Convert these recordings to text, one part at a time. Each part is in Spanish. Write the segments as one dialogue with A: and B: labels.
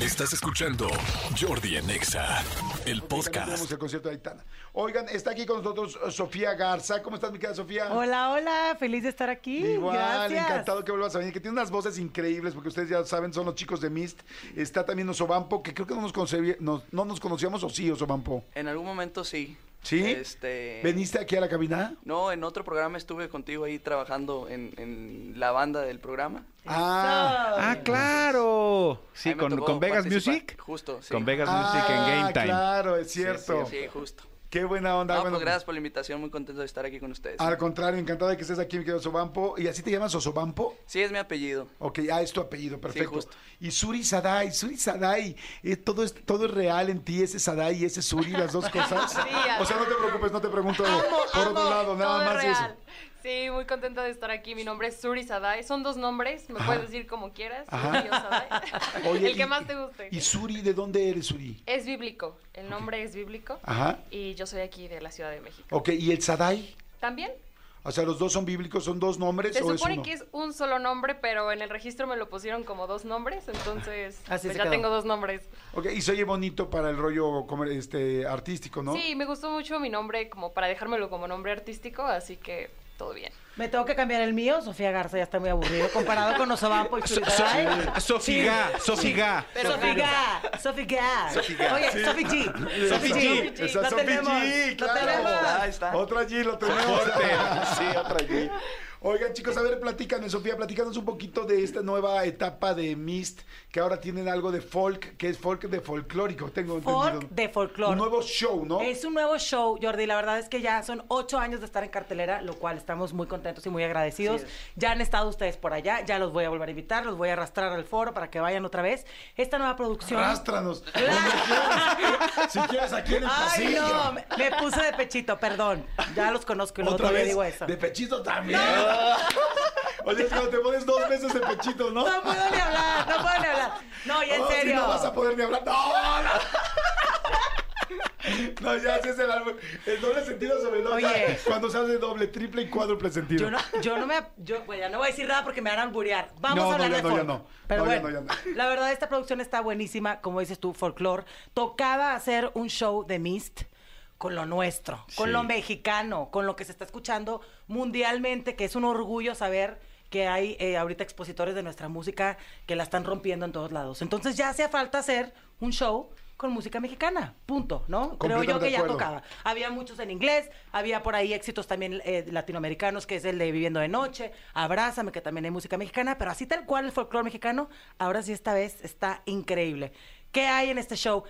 A: Estás escuchando Jordi en EXA, el podcast.
B: Tenemos el concierto de Aitana. Oigan, está aquí con nosotros eh, Sofía Garza. ¿Cómo estás, mi querida Sofía?
C: Hola, hola, feliz de estar aquí.
B: Igual,
C: Gracias.
B: encantado que vuelvas a venir, que tiene unas voces increíbles, porque ustedes ya saben, son los chicos de Mist. Está también Osobampo, que creo que no nos, concebí- no, no nos conocíamos, o sí, Osobampo.
D: En algún momento sí.
B: ¿Sí?
D: Este,
B: ¿Veniste aquí a la cabina?
D: No, en otro programa estuve contigo ahí trabajando en, en la banda del programa.
B: Ah,
C: Eso.
E: Ah, claro. Sí,
D: Ahí me
E: con,
D: tocó
E: con Vegas
D: participar.
E: Music.
D: Justo, sí.
E: Con Vegas
B: ah,
E: Music en Game Time.
B: Claro, es cierto.
D: Sí, justo.
B: Qué buena onda.
D: No,
B: Ah, bueno.
D: pues gracias por la invitación, muy contento de estar aquí con ustedes.
B: Al contrario, encantado de que estés aquí, mi querido Osobampo. ¿Y así te llamas Osobampo?
D: Sí, es mi apellido.
B: Ok, ah, es tu apellido, perfecto.
D: justo.
B: Y Suri Sadai, Suri Sadai, eh, todo, es, todo es real en ti, ese Sadai y ese Suri, las dos cosas. o sea, no te preocupes, no te pregunto por otro lado, nada
F: Todo es
B: más eso.
F: real. Sí, muy contenta de estar aquí. Mi nombre es Suri Sadai. Son dos nombres, me puedes decir como quieras.
B: Ajá.
F: Suri o Sadai.
B: Oye,
F: el
B: y-
F: que más te guste.
B: ¿Y Suri, de dónde eres, Suri?
F: Es bíblico. El nombre es bíblico.
B: Ajá.
F: Y yo soy aquí de la Ciudad de México.
B: Ok, ¿y el Sadai?
F: ¿También?
B: O sea, los dos son bíblicos, son dos nombres
F: Se
B: o
F: supone
B: Oh. es uno?
F: que es un solo nombre, pero en el registro me lo pusieron como dos nombres, entonces
C: Así
F: pues
C: se
F: ya
C: quedó.
F: tengo dos nombres.
B: Ok, y se oye bonito para el rollo comer- este, artístico, ¿no?
F: Sí, me gustó mucho mi nombre como para dejármelo como nombre artístico, así que todo bien.
C: Me tengo que cambiar el mío, Sofía Garza ya está muy aburrido comparado con Osobampo y Sofía.
E: Sofiga, Sofiga.
F: Pero
C: Sofía, Sofía. Oye, Sofi G.
B: Esa-
C: Sofi G.
B: esa
C: Lo
B: Sophie
C: tenemos,
B: G,
C: lo
B: claro.
C: tenemos.
D: Ahí está.
B: Otra G, lo tenemos. sí, otra G. Oigan, chicos, a ver, platícanos, Sofía, platícanos un poquito de esta nueva etapa de Mist, que ahora tienen algo de folk, que es folk de folclórico, tengo entendido.
C: Folk de folclore.
B: Un nuevo show, ¿no?
C: Es un nuevo show, Jordi. La verdad es que ya son ocho años de estar en cartelera, lo cual estamos muy contentos y muy agradecidos. Ya han estado ustedes por allá, ya los voy a volver a invitar, los voy a arrastrar al foro para que vayan otra vez. Esta nueva producción.
B: Arrástranos. Donde quieras. si quieres, aquí en el
C: Ay,
B: pasillo.
C: no, me, me puse de pechito, perdón. Ya los conozco y luego
B: Otra
C: todavía
B: vez,
C: digo eso.
B: de pechito también. Oye, es cuando te pones dos veces de pechito, ¿no?
C: No puedo ni hablar, no puedo ni hablar. No, y en
B: Oh, si
C: serio.
B: no vas a poder ni hablar. ¡No! no. No, ya ese es el, álbum. el doble sentido sobre el doble.
C: Oye.
B: Cuando se hace doble, triple y cuádruple sentido.
C: Yo no, yo no me. Yo, bueno, ya no voy a decir nada porque me van a alburear. Vamos
B: No, no,
C: a hablar
B: ya
C: de
B: no, ya
C: folk.
B: no.
C: Pero
B: No, ya
C: bueno,
B: no, ya no.
C: la verdad, esta producción está buenísima. Como dices tú, folklore. Tocaba hacer un show de Mist con lo nuestro, con
E: Sí.
C: lo mexicano, con lo que se está escuchando mundialmente, que es un orgullo saber que hay eh, ahorita expositores de nuestra música que la están rompiendo en todos lados. Entonces ya hacía falta hacer un show con música mexicana, punto, ¿no? Creo yo
B: Completamente
C: que
B: de
C: ya
B: acuerdo.
C: tocaba. Había muchos en inglés, había por ahí éxitos también eh, latinoamericanos, que es el de Viviendo de Noche, Abrázame, que también hay música mexicana, pero así tal cual el folclore mexicano, ahora sí esta vez está increíble. ¿Qué hay en este show?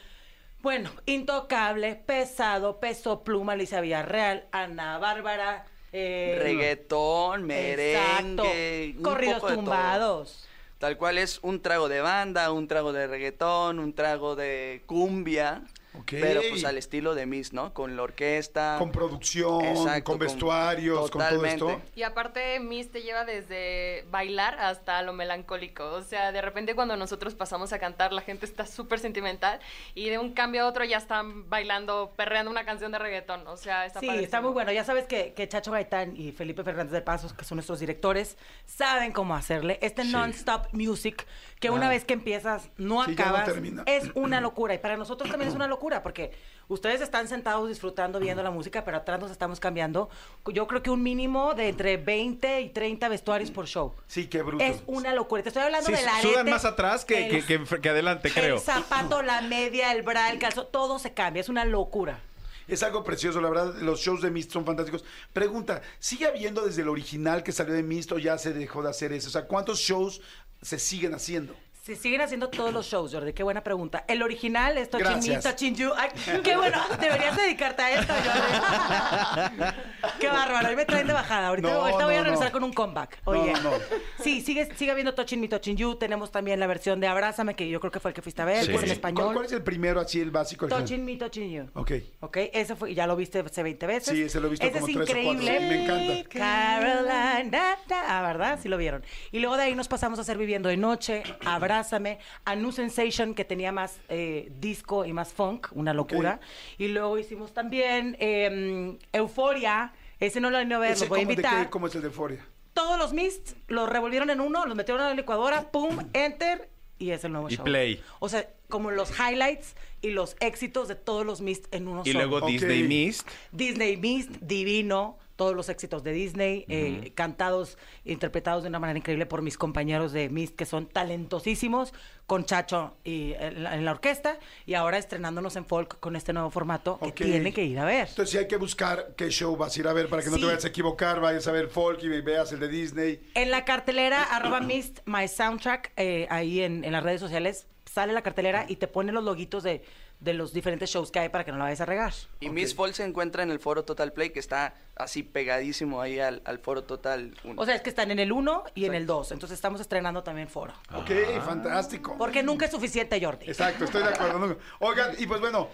C: Bueno, Intocable, Pesado, Peso Pluma, Alicia Villarreal, Ana Bárbara. eh,
D: Reggaetón,
C: exacto,
D: merengue, un
C: corridos
D: poco de todo.
C: tumbados.
D: Tal cual es un trago de banda, un trago de reggaetón, un trago de cumbia.
B: Ok.
D: Pero pues al estilo de Miss, ¿no? Con la orquesta.
B: Con producción,
D: Exacto,
B: con vestuarios, con, todo esto.
D: totalmente.
F: Y aparte, Miss te lleva desde bailar hasta lo melancólico. O sea, de repente cuando nosotros pasamos a cantar, la gente está súper sentimental y de un cambio a otro ya están bailando, perreando una canción de reggaetón. O sea, está
C: Sí,
F: padrísimo.
C: está muy bueno. Ya sabes que, que Chacho Gaitán y Felipe Fernández de Pasos, que son nuestros directores, saben cómo hacerle. Este non-stop music, que una
E: Ah.
C: vez que empiezas, no
B: Sí, ya no
C: acabas.
B: termina.
C: es una locura. Y para nosotros también es una locura, porque ustedes están sentados disfrutando, viendo la música, pero atrás nos estamos cambiando. Yo creo que un mínimo de entre 20 y 30 vestuarios por show.
B: Sí, qué bruto.
C: Es una locura. Te estoy hablando
E: Sí,
C: del arete.
E: sudan más atrás que,
C: el-
E: que- que- que adelante, creo.
C: El zapato, la media, el bra, el calzón, todo se cambia. Es una locura.
B: Es algo precioso, la verdad. Los shows de Mist son fantásticos. Pregunta: ¿sigue habiendo desde el original que salió de Mist o ya se dejó de hacer eso? O sea, ¿cuántos shows se siguen haciendo?
C: Se siguen haciendo todos los shows, Jordi. Qué buena pregunta. El original es Touching Me,
B: Gracias.
C: Touching You. Ay, qué bueno. Deberías dedicarte a esto, Jordi. qué bárbaro. Hoy me traen de bajada. Ahorita,
B: No,
C: ahorita voy
B: no,
C: a regresar
B: no.
C: con un comeback.
B: No,
C: Oye.
B: no, no.
C: Sí, sigue, sigue habiendo Touching Me, Touching You. Tenemos también la versión de Abrázame, que yo creo que fue el que fuiste a ver,
E: Sí.
C: que es en
E: ¿Cuál-
B: ¿Cuál, cuál
C: español.
B: es el primero, así, el básico? el
C: Touching Me, Touching You.
B: Ok.
C: Ok, ese fue, ya lo viste hace 20 veces.
B: Sí, ese lo he visto como
C: es
B: tres o cuatro,
C: increíble.
B: sí, me encanta.
C: Caroline, da, da. Ah, ¿verdad? Sí lo vieron. Y luego de ahí nos pasamos a hacer Viviendo de Noche, Abrázame, a New Sensation, que tenía más eh, disco y más funk, una locura. Y luego hicimos también eh, Euforia, ese no lo he ido a ver,
B: Ese
C: lo voy a
B: como de
C: invitar.
B: qué- ¿Cómo es el de Euforia?
C: Todos los mists los revolvieron en uno, los metieron a la licuadora, pum, enter, y es el nuevo
E: Y
C: show.
E: Play.
C: O sea, como los highlights y los éxitos de todos los Mist en uno
E: Y
C: solo.
E: luego
B: Ok.
E: Disney Mist.
C: Disney Mist, divino, todos los éxitos de Disney, eh, cantados, interpretados de una manera increíble por mis compañeros de Mist, que son talentosísimos, con Chacho y, en, la, en la orquesta, y ahora estrenándonos en folk con este nuevo formato
B: Ok.
C: que tienen que ir a ver.
B: Entonces sí hay que buscar qué show vas a ir a ver para que no
C: Sí.
B: te vayas a equivocar, vayas a ver folk y veas el de Disney.
C: En la cartelera, arroba Mist, My Soundtrack, eh, ahí en, en las redes sociales, sale la cartelera y te pone los loguitos de, de los diferentes shows que hay para que no la vayas a regar.
D: Y Miss Fall se encuentra en el foro Total Play, que está así pegadísimo ahí al, al foro Total 1.
C: O sea, es que están en el 1 y en el 2, entonces estamos estrenando también foro.
B: Ok, fantástico.
C: Porque nunca es suficiente, Jordi.
B: Exacto, estoy de acuerdo. ¿no? Oigan, y pues bueno,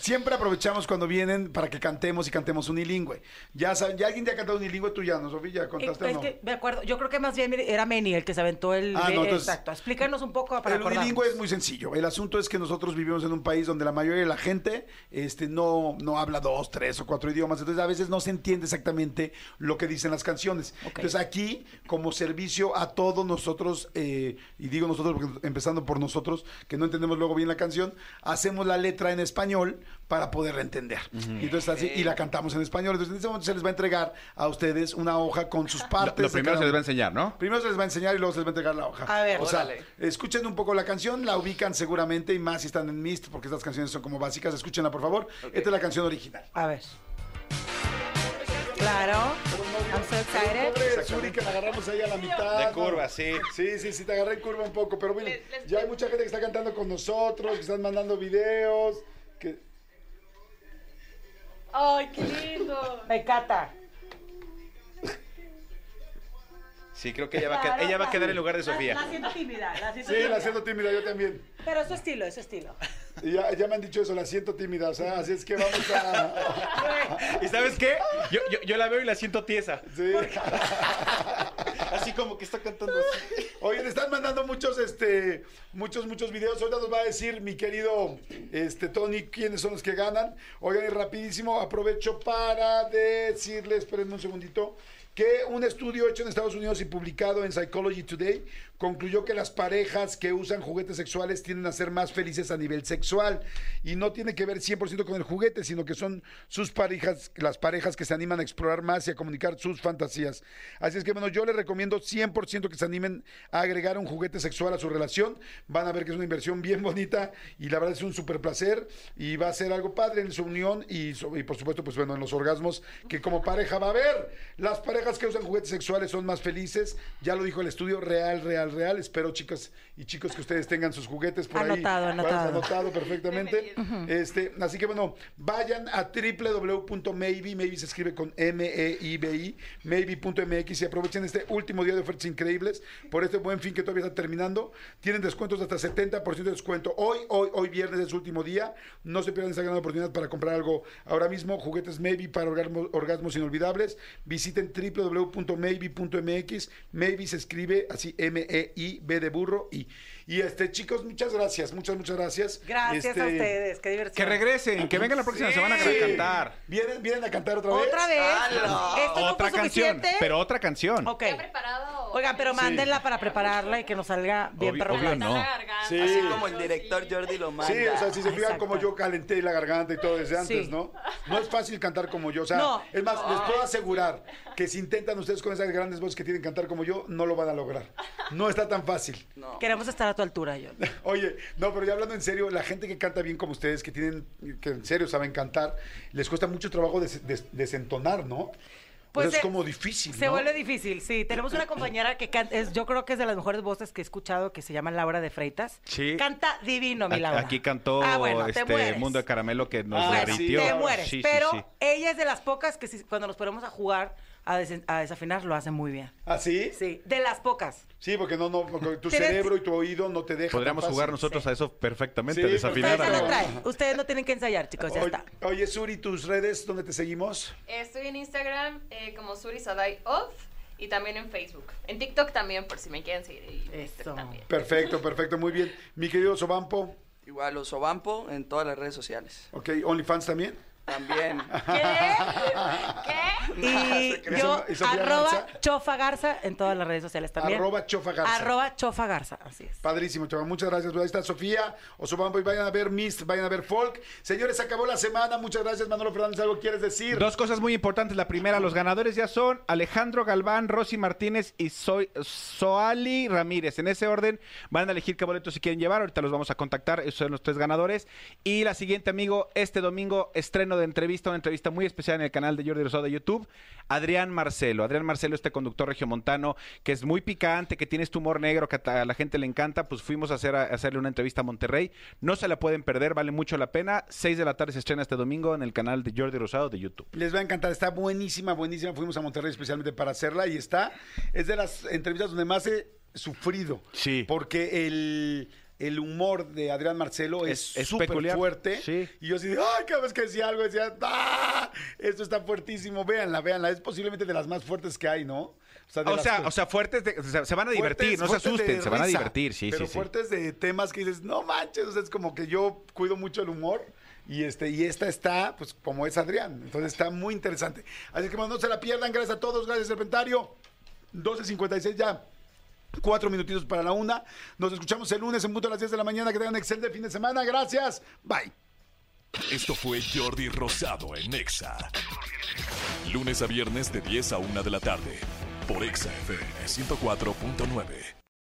B: siempre aprovechamos cuando vienen para que cantemos y cantemos unilingüe. Ya saben, ya alguien te ha cantado unilingüe, tú ya, ¿no, Sofía? ¿Ya
C: Eh,
B: contaste o
C: Es
B: no?
C: que, me acuerdo, yo creo que más bien mire, era Manny el que se aventó el...
B: Ah, no,
C: eh,
B: entonces-
C: exacto, explícanos un poco para
B: el unilingüe
C: acordarnos.
B: es muy sencillo. El asunto es que nosotros vivimos en un país donde la mayoría de la gente este, no, no habla dos, tres o cuatro idiomas. Entonces, a veces no se entiende exactamente lo que dicen las canciones.
C: Ok.
B: Entonces, aquí, como servicio a todos nosotros, eh, y digo nosotros porque empezando por nosotros, que no entendemos luego bien la canción, hacemos la letra en español para poderla entender. Entonces, así, y la cantamos en español. Entonces, en ese momento se les va a entregar a ustedes una hoja con sus
E: Lo,
B: partes.
E: lo
B: de
E: primero
B: cada
E: se les va
B: uno.
E: a enseñar, ¿no?
B: Primero se les va a enseñar y luego se les va a entregar la hoja.
C: A ver.
B: o sea,
D: Órale.
B: escuchen un poco la canción, la ubican seguramente y más si están en Mist, porque estas canciones son como básicas. Escúchenla, por favor. Esta es la canción original.
C: A ver. Claro. I'm so excited.
B: Pobre Suri, que la agarramos ahí a la mitad.
E: De curva, sí.
B: Sí, sí, sí, te agarré en curva un poco, pero miren,
F: Les- les-
B: ya hay mucha gente que está cantando con nosotros, que están mandando videos, que...
F: ¡Ay, qué lindo!
C: Me encanta.
E: Sí, creo que ella va a,
C: Claro,
E: quedar- ella va a
C: claro.
E: quedar en lugar de
C: La- La
E: Sofía.
C: siento tímida, la siento
B: Sí,
C: tímida.
B: la siento tímida, yo también.
C: Pero es su estilo, es su estilo.
B: Y ya, ya me han dicho eso, la siento tímida, o sea, así es que vamos a...
E: ¿Y sabes qué? Yo, yo- yo la veo y la siento tiesa.
B: Sí.
E: Así como que está cantando así.
B: Oye, le están mandando muchos, este, muchos, muchos videos. Ahorita nos va a decir mi querido este, Tony quiénes son los que ganan. Oigan, y rapidísimo, aprovecho para decirles, espérenme un segundito, que un estudio hecho en Estados Unidos y publicado en Psychology Today concluyó que las parejas que usan juguetes sexuales tienden a ser más felices a nivel sexual. Y no tiene que ver 100% con el juguete, sino que son sus parejas, las parejas que se animan a explorar más y a comunicar sus fantasías. Así es que, bueno, yo les recomiendo 100% que se animen a agregar un juguete sexual a su relación. Van a ver que es una inversión bien bonita y la verdad es un súper placer y va a ser algo padre en su unión y, so- y, por supuesto, pues bueno, en los orgasmos que como pareja va a haber. Las parejas que usan juguetes sexuales son más felices. Ya lo dijo el estudio, real, real, real. Espero, chicas y chicos, que ustedes tengan sus juguetes por
C: Anotado,
B: ahí.
C: anotado.
B: Anotado anotado perfectamente. Este, así que bueno, vayan a www.maybe, maybe se escribe con M E I B I, maybe.mx y aprovechen este último día de ofertas increíbles por este buen fin que todavía está terminando. Tienen descuentos hasta 70% de descuento. Hoy, hoy, hoy viernes es su último día. No se pierdan esta gran oportunidad para comprar algo ahora mismo, juguetes Maybe para orgasmos, orgasmos inolvidables. Visiten www.maybe.mx. Maybe se escribe así M-E-I-B de burro y. Y este, chicos, muchas gracias, muchas, muchas gracias.
C: Gracias
B: Este,
C: a ustedes, qué divertido.
E: Que regresen, que vengan la próxima semana a
B: sí.
E: cantar.
B: ¿Vienen, vienen a cantar otra vez.
C: Otra vez.
D: ¡Hala!
C: Esto no
E: Otra
C: fue
E: canción,
C: suficiente.
E: pero otra canción.
C: Ok.
F: ¿Ya preparado?
C: Oigan, pero mándenla para prepararla y que nos salga bien
E: Obvio-
C: perro.
E: obvio
F: Calentar
E: no.
F: la garganta,
B: Sí.
D: Así
F: claro,
D: como el director
F: sí.
D: Jordi lo manda.
B: Sí, o sea, si se fijan
C: Exacto.
B: como yo calenté la garganta y todo desde antes,
C: Sí.
B: ¿no? No es fácil cantar como yo. O sea,
C: No.
B: es más, les puedo asegurar que si intentan ustedes con esas grandes voces que tienen cantar como yo, no lo van a lograr. No está tan fácil.
D: No.
C: Queremos estar a tu altura, Jordi.
B: Oye, no, pero ya hablando en serio, la gente que canta bien como ustedes, que tienen, que en serio saben cantar, les cuesta mucho trabajo des- des- desentonar, ¿no? Pues es
C: se-
B: como difícil,
C: Se
B: ¿no?
C: vuelve difícil, sí. Tenemos una compañera que canta, es, yo creo que es de las mejores voces que he escuchado, que se llama Laura de Freitas.
E: Sí.
C: Canta divino, mi
E: A-
C: Laura.
E: Aquí cantó
C: Ah, bueno, te
E: este
C: mueres.
E: Mundo de Caramelo que nos
B: Ah, sí,
E: derritió.
B: Dios.
C: Te mueres.
E: Sí, sí,
C: pero
E: sí.
C: ella es de las pocas que si- cuando nos ponemos a jugar, a, desen- a desafinar, lo hace muy bien.
B: ¿Ah, sí?
C: Sí, de las pocas.
B: Sí, porque no, no, porque tu
C: Tienes-
B: cerebro y tu oído no te dejan.
E: Podríamos
B: tan fácil.
E: jugar nosotros
C: Sí.
E: a eso perfectamente,
B: Sí,
E: desafinar.
C: Ustedes ya
B: Claro.
C: la
E: a-
C: traen. Ustedes no tienen que ensayar, chicos, Pues ya
B: Oye-
C: está.
B: Oye, Suri, tus redes, ¿dónde te seguimos?
F: Estoy en Instagram eh, como Suri Sadai Off y también en Facebook. En TikTok también, por si me quieren seguir. Y en
C: Eso.
F: TikTok también.
B: Perfecto, perfecto, muy bien. Mi querido Sobampo,
D: Igual los Obampo en todas las redes sociales.
B: ok, OnlyFans también.
D: También.
F: ¿Qué? ¿Qué?
C: Y
B: crean.
C: yo,
B: Y Sofía
C: arroba
B: Garza.
C: Chofa Garza en todas las redes sociales también.
B: Arroba Chofa Garza.
C: Arroba Chofa Garza, así es.
B: Padrísimo, chaval. Muchas gracias. Pues Ahí está Sofía, Osobambo, y vayan a ver Mist, vayan a ver Folk. Señores, se acabó la semana. Muchas gracias, Manolo Fernández. ¿Algo quieres decir?
G: Dos cosas muy importantes. La primera, los ganadores ya son Alejandro Galván, Rosy Martínez y Soy Soali Ramírez. En ese orden van a elegir qué boletos se quieren llevar. Ahorita los vamos a contactar. Esos son los tres ganadores. Y la siguiente, amigo, este domingo estreno de entrevista, una entrevista muy especial en el canal de Jordi Rosado de YouTube. Adrián Marcelo. Adrián Marcelo, este conductor regiomontano que es muy picante, que tiene este humor negro que a la gente le encanta. Pues fuimos a, hacer, a hacerle una entrevista a Monterrey. No se la pueden perder, vale mucho la pena. 6 de la tarde se estrena este domingo en el canal de Jordi Rosado de YouTube.
B: Les va a encantar, está buenísima, buenísima. Fuimos a Monterrey especialmente para hacerla y está. Es de las entrevistas donde más he sufrido.
G: Sí.
B: Porque el, el humor de Adrián Marcelo es
G: Es- es
B: súper
G: peculiar.
B: fuerte.
G: Sí.
B: Y yo así de, ¡ay! Cada vez que decía algo decía, ¡ah! Esto está fuertísimo. Véanla, véanla. Es posiblemente de las más fuertes que hay, ¿no? O sea, de
G: Ah, O
B: las
G: sea,
B: que-
G: o sea, fuertes, de- o sea, se van a
B: fuertes-
G: divertir, no se
B: fuertes de
G: asusten, se van a
B: risa,
G: divertir, sí,
B: pero
G: sí, sí.
B: fuertes de temas que dices, no manches, o sea, es como que yo cuido mucho el humor y este y esta está, pues como es Adrián, entonces está muy interesante. Así que bueno, no se la pierdan, gracias a todos, gracias Serpentario. 12.56 ya. Cuatro minutitos para la una. Nos escuchamos el lunes en punto a las 10 de la mañana. Que tengan un excelente fin de semana. Gracias. Bye.
A: Esto fue Jordi Rosado en Exa. Lunes a viernes de 10 a 1 de la tarde. Por Exa FM 104.9.